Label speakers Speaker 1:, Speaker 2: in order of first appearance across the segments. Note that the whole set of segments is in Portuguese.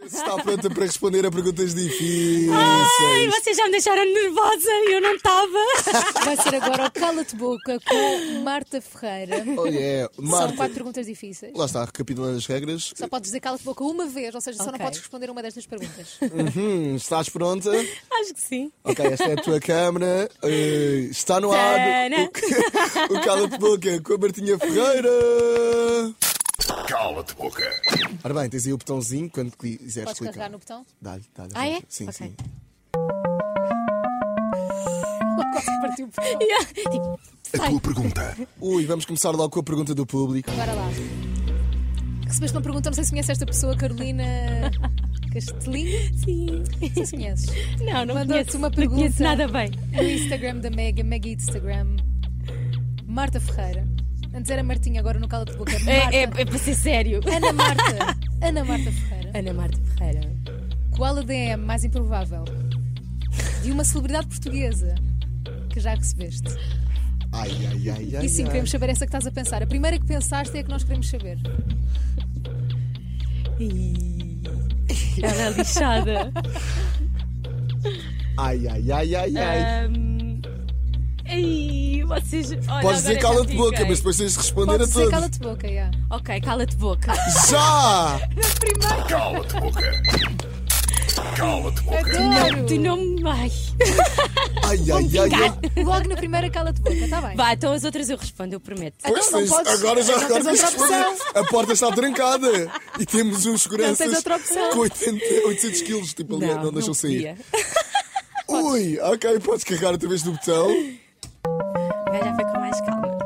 Speaker 1: Está pronta para responder a perguntas difíceis.
Speaker 2: Ai, vocês já me deixaram nervosa e eu não estava.
Speaker 3: Vai ser agora o Cala-te Boca com Marta Ferreira.
Speaker 1: Oh yeah, Marta.
Speaker 3: São quatro perguntas difíceis.
Speaker 1: Lá está, recapitulando as regras.
Speaker 3: Só podes dizer Cala-te Boca uma vez, ou seja, só não
Speaker 2: Ok.
Speaker 3: podes responder uma destas perguntas.
Speaker 1: Hum, estás pronta?
Speaker 2: Acho que sim.
Speaker 1: Ok, esta é a tua câmara. Eh, está no ar.
Speaker 2: Tana.
Speaker 1: O, o Cala-te Boca com a Martinha Ferreira.
Speaker 4: Cala-te boca.
Speaker 1: Ora bem, tens aí o botãozinho quando quiseres
Speaker 3: Podes
Speaker 1: clicar.
Speaker 3: carregar no botão?
Speaker 1: Dá-lhe, dá-lhe.
Speaker 3: Ah, é?
Speaker 1: Sim,
Speaker 3: Ok.
Speaker 1: sim.
Speaker 3: Quase partiu o botão.
Speaker 2: Yeah.
Speaker 1: Oh.
Speaker 2: Tipo,
Speaker 4: A tua pergunta.
Speaker 1: Ui, vamos começar logo com a pergunta do público.
Speaker 3: Bora lá. Recebeste uma pergunta, não sei se conheces esta pessoa, Carolina Castelinho.
Speaker 2: sim.
Speaker 3: Não sei se conheces.
Speaker 2: Não, não
Speaker 3: Mandou-te
Speaker 2: conheço,
Speaker 3: uma
Speaker 2: Não conheço
Speaker 3: pergunta.
Speaker 2: nada bem.
Speaker 3: No Instagram da Mega, Mega Instagram, Marta Ferreira. Antes era Martinha, agora no Cala-te Boca. Marta.
Speaker 2: É, é- é para ser sério.
Speaker 3: Ana Marta. Ana Marta Ferreira.
Speaker 2: Ana Marta Ferreira.
Speaker 3: Qual a DM mais improvável de uma celebridade portuguesa que já recebeste?
Speaker 1: Ai, ai, ai, ai.
Speaker 3: E sim,
Speaker 1: ai.
Speaker 3: queremos saber essa que estás a pensar. A primeira que pensaste é a que nós queremos saber.
Speaker 2: Ih, Ela é lixada.
Speaker 1: Ai, ai, ai, ai,
Speaker 3: Ah,
Speaker 1: ai.
Speaker 2: Ahm, Ai, Um, vocês. Olha,
Speaker 1: Podes dizer
Speaker 2: agora já
Speaker 1: cala-te boca,
Speaker 2: fiquei.
Speaker 1: mas depois tens de responder
Speaker 3: Pode
Speaker 1: a
Speaker 3: ser
Speaker 1: todos.
Speaker 3: Cala-te Boca, já.
Speaker 2: Ok, cala-te boca.
Speaker 1: Já!
Speaker 4: Cala-te boca. Cala-te boca.
Speaker 3: Adoro!
Speaker 2: Tu não me. Ai.
Speaker 1: Ai, ai, ai, ai.
Speaker 3: Logo na primeira Cala-te Boca, está bem.
Speaker 2: Vá, então as outras eu respondo, eu prometo.
Speaker 3: Então
Speaker 1: Pois,
Speaker 3: não
Speaker 1: tens-
Speaker 3: podes-
Speaker 1: agora já
Speaker 3: não tens
Speaker 1: agora tens de
Speaker 3: outra opção.
Speaker 1: responder. A porta está trancada e temos uns seguranças
Speaker 3: tens outra opção.
Speaker 1: com 80, 800 quilos, tipo ali, não, deixam sair.
Speaker 2: podia.
Speaker 1: Ui, ok, podes carregar outra vez no botão.
Speaker 2: Agora já foi com mais calma.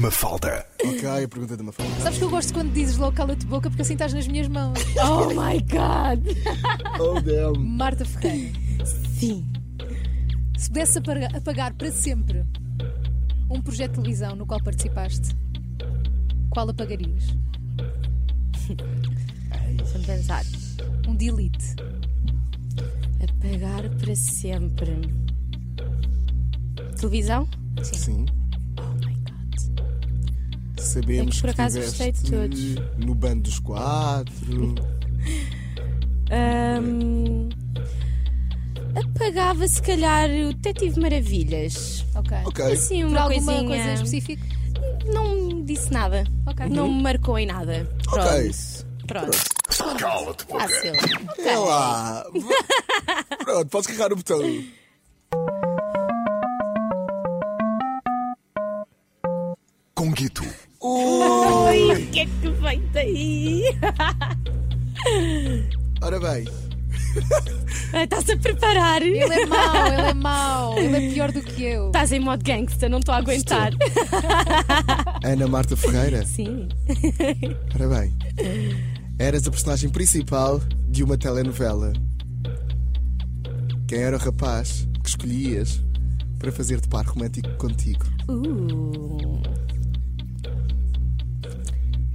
Speaker 4: Mafalda.
Speaker 1: Ok, a pergunta de uma forma.
Speaker 3: Sabes que eu gosto quando dizes logo Cala-te Boca porque assim estás nas minhas mãos.
Speaker 2: Oh my god!
Speaker 1: Oh, damn.
Speaker 3: Marta Ferreira,
Speaker 2: Sim.
Speaker 3: se pudesse apaga- apagar para sempre um projeto de televisão no qual participaste, qual apagarias?
Speaker 2: Deixa-me pensar.
Speaker 3: Um delete.
Speaker 2: Apagar para sempre. Televisão?
Speaker 1: Sim,
Speaker 2: Oh my god.
Speaker 1: sabemos
Speaker 2: É que por acaso gostei de
Speaker 1: estiveste No bando dos quatro.
Speaker 2: Ahm, apagava se calhar o Detetive Maravilhas.
Speaker 3: Ok.
Speaker 1: Ok.
Speaker 2: Assim,
Speaker 3: Por
Speaker 2: uma
Speaker 3: alguma
Speaker 2: coisinha.
Speaker 3: coisa em específico?
Speaker 2: Não me disse nada.
Speaker 3: Ok.
Speaker 2: Não me marcou em nada. Pronto.
Speaker 1: Ok.
Speaker 2: Pronto.
Speaker 4: Cala-te boca.
Speaker 2: Fácil.
Speaker 1: É lá. Pronto, podes carregar o botão.
Speaker 4: Conguito.
Speaker 2: Ui, o que é que vem daí?
Speaker 1: Ora bem,
Speaker 2: Ah, Estás a preparar?
Speaker 3: Ele é mau, ele é mau, ele é pior do que eu.
Speaker 2: Estás em modo gangsta, não estou a aguentar.
Speaker 1: Ana Marta Ferreira.
Speaker 2: Sim.
Speaker 1: Ora bem, eras a personagem principal de uma telenovela. Quem era o rapaz que escolhias para fazer de par romântico contigo?
Speaker 2: Uh.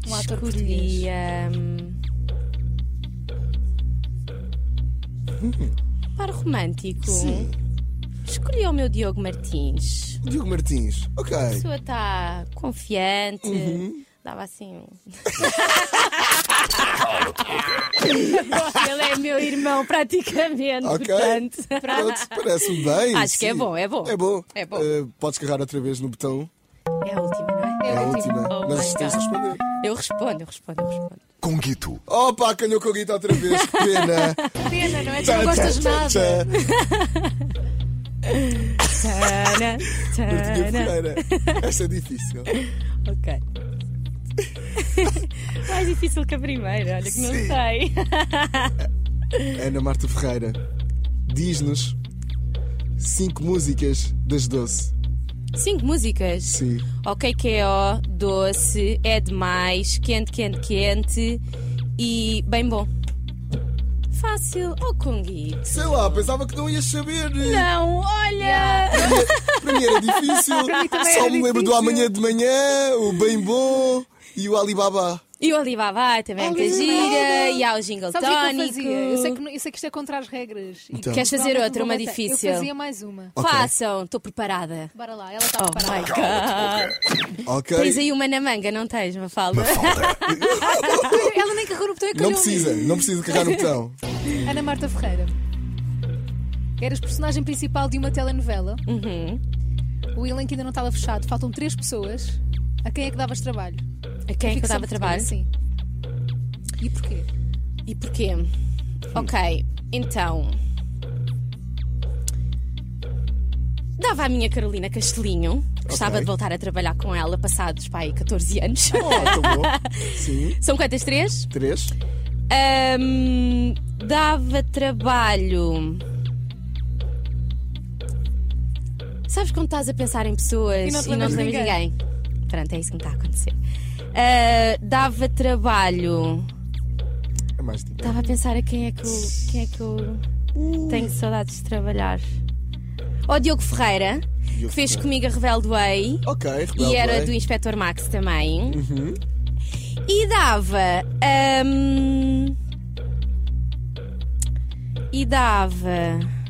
Speaker 3: Um ator português.
Speaker 2: Escolhi. hum,
Speaker 1: Hum.
Speaker 2: Par romântico. Escolhi o meu Diogo Martins.
Speaker 1: O Diogo Martins. Ok.
Speaker 2: A pessoa está confiante.
Speaker 1: Uhum.
Speaker 2: Dava assim um. Ele é meu irmão, praticamente.
Speaker 1: Ok.
Speaker 2: Portanto.
Speaker 1: Pronto, parece-me bem.
Speaker 2: Acho que é bom, é bom.
Speaker 1: É bom.
Speaker 2: É bom.
Speaker 1: Eh, podes carregar outra vez no botão.
Speaker 2: É a última, não é?
Speaker 1: É a
Speaker 3: tipo,
Speaker 1: última.
Speaker 2: Oh
Speaker 1: Mas
Speaker 2: my
Speaker 1: tens de
Speaker 2: God.
Speaker 1: responder.
Speaker 2: Eu respondo, eu respondo, eu respondo.
Speaker 4: Conguito.
Speaker 1: Opa, calhou com o Guita outra vez. Que pena.
Speaker 3: Pena, não é? Tu
Speaker 1: Tchá,
Speaker 3: não gostas
Speaker 1: tchá,
Speaker 3: nada.
Speaker 1: tchá, tchá.
Speaker 2: Tana,
Speaker 1: Martinha
Speaker 2: tana.
Speaker 1: Ferreira. Esta é difícil.
Speaker 2: Ok. Mais difícil que a primeira, olha que não
Speaker 1: Sim.
Speaker 2: sei.
Speaker 1: Ana Marta Ferreira, diz-nos cinco músicas das 12.
Speaker 2: Cinco músicas.
Speaker 1: Sim.
Speaker 2: Ok, que é ó, doce, é demais, quente, quente, quente e bem bom. Fácil, ó Conguito.
Speaker 1: Sei lá, pensava que não ias saber.
Speaker 2: Não,
Speaker 3: Ah,
Speaker 2: olha!
Speaker 1: Para mim era difícil.
Speaker 3: também
Speaker 1: Só
Speaker 3: era
Speaker 1: me lembro do
Speaker 3: difícil.
Speaker 1: amanhã de manhã, o bem bom e o Alibaba.
Speaker 2: E o Alibaba também é muita
Speaker 3: Alibaba.
Speaker 2: gira. E há o Jingle
Speaker 3: Sabes o que é que eu
Speaker 2: tónico.
Speaker 3: fazia? Eu sei que, não- eu sei que isto é contra as regras. E
Speaker 1: Então.
Speaker 3: que
Speaker 1: Queres
Speaker 2: fazer
Speaker 3: provavelmente
Speaker 2: outra,
Speaker 3: não vou
Speaker 2: uma
Speaker 3: voltar.
Speaker 2: difícil?
Speaker 3: Eu fazia mais uma.
Speaker 1: Ok.
Speaker 2: Façam, estou preparada.
Speaker 3: Bora lá, ela está
Speaker 2: Oh my
Speaker 3: preparada.
Speaker 2: god.
Speaker 1: Ok.
Speaker 2: Tens aí uma na manga, não tens, Mafalda?
Speaker 4: Mafalda.
Speaker 3: Ela nem carregou no botão e
Speaker 1: Não
Speaker 3: calhou-me.
Speaker 1: precisa, não precisa carregar no botão.
Speaker 3: Ana Marta Ferreira. Eras personagem principal de uma telenovela.
Speaker 2: Uhum.
Speaker 3: O elenco ainda não estava fechado. Faltam três pessoas. A quem é que davas trabalho?
Speaker 2: A quem é que eu
Speaker 3: Ficção
Speaker 2: dava trabalho?
Speaker 3: Sim. assim. E porquê?
Speaker 2: E porquê? Ok, então. Dava à minha Carolina Castelinho. Gostava
Speaker 1: Ok.
Speaker 2: de voltar a trabalhar com ela passados, pai, 14 anos.
Speaker 1: Oh, tá bom. Sim.
Speaker 2: São quantas? Três?
Speaker 1: Três.
Speaker 2: Ahm, dava trabalho. Sabes quando estás a pensar em pessoas
Speaker 3: E não te
Speaker 2: e não te
Speaker 3: lembras de
Speaker 2: lembras de ninguém? Pronto, é isso que me está a acontecer. Ah, dava trabalho.
Speaker 1: É mais tipo.
Speaker 2: Estava a pensar a quem é que eu, quem é que eu tenho saudades de trabalhar. Ó Diogo Ferreira,
Speaker 1: Diogo
Speaker 2: que fez
Speaker 1: Ferreira.
Speaker 2: comigo a Rebelde Way
Speaker 1: Ok,
Speaker 2: e
Speaker 1: rebelde, Uhum.
Speaker 2: era
Speaker 1: bem.
Speaker 2: do Inspector Max também. E dava. hum, e dava.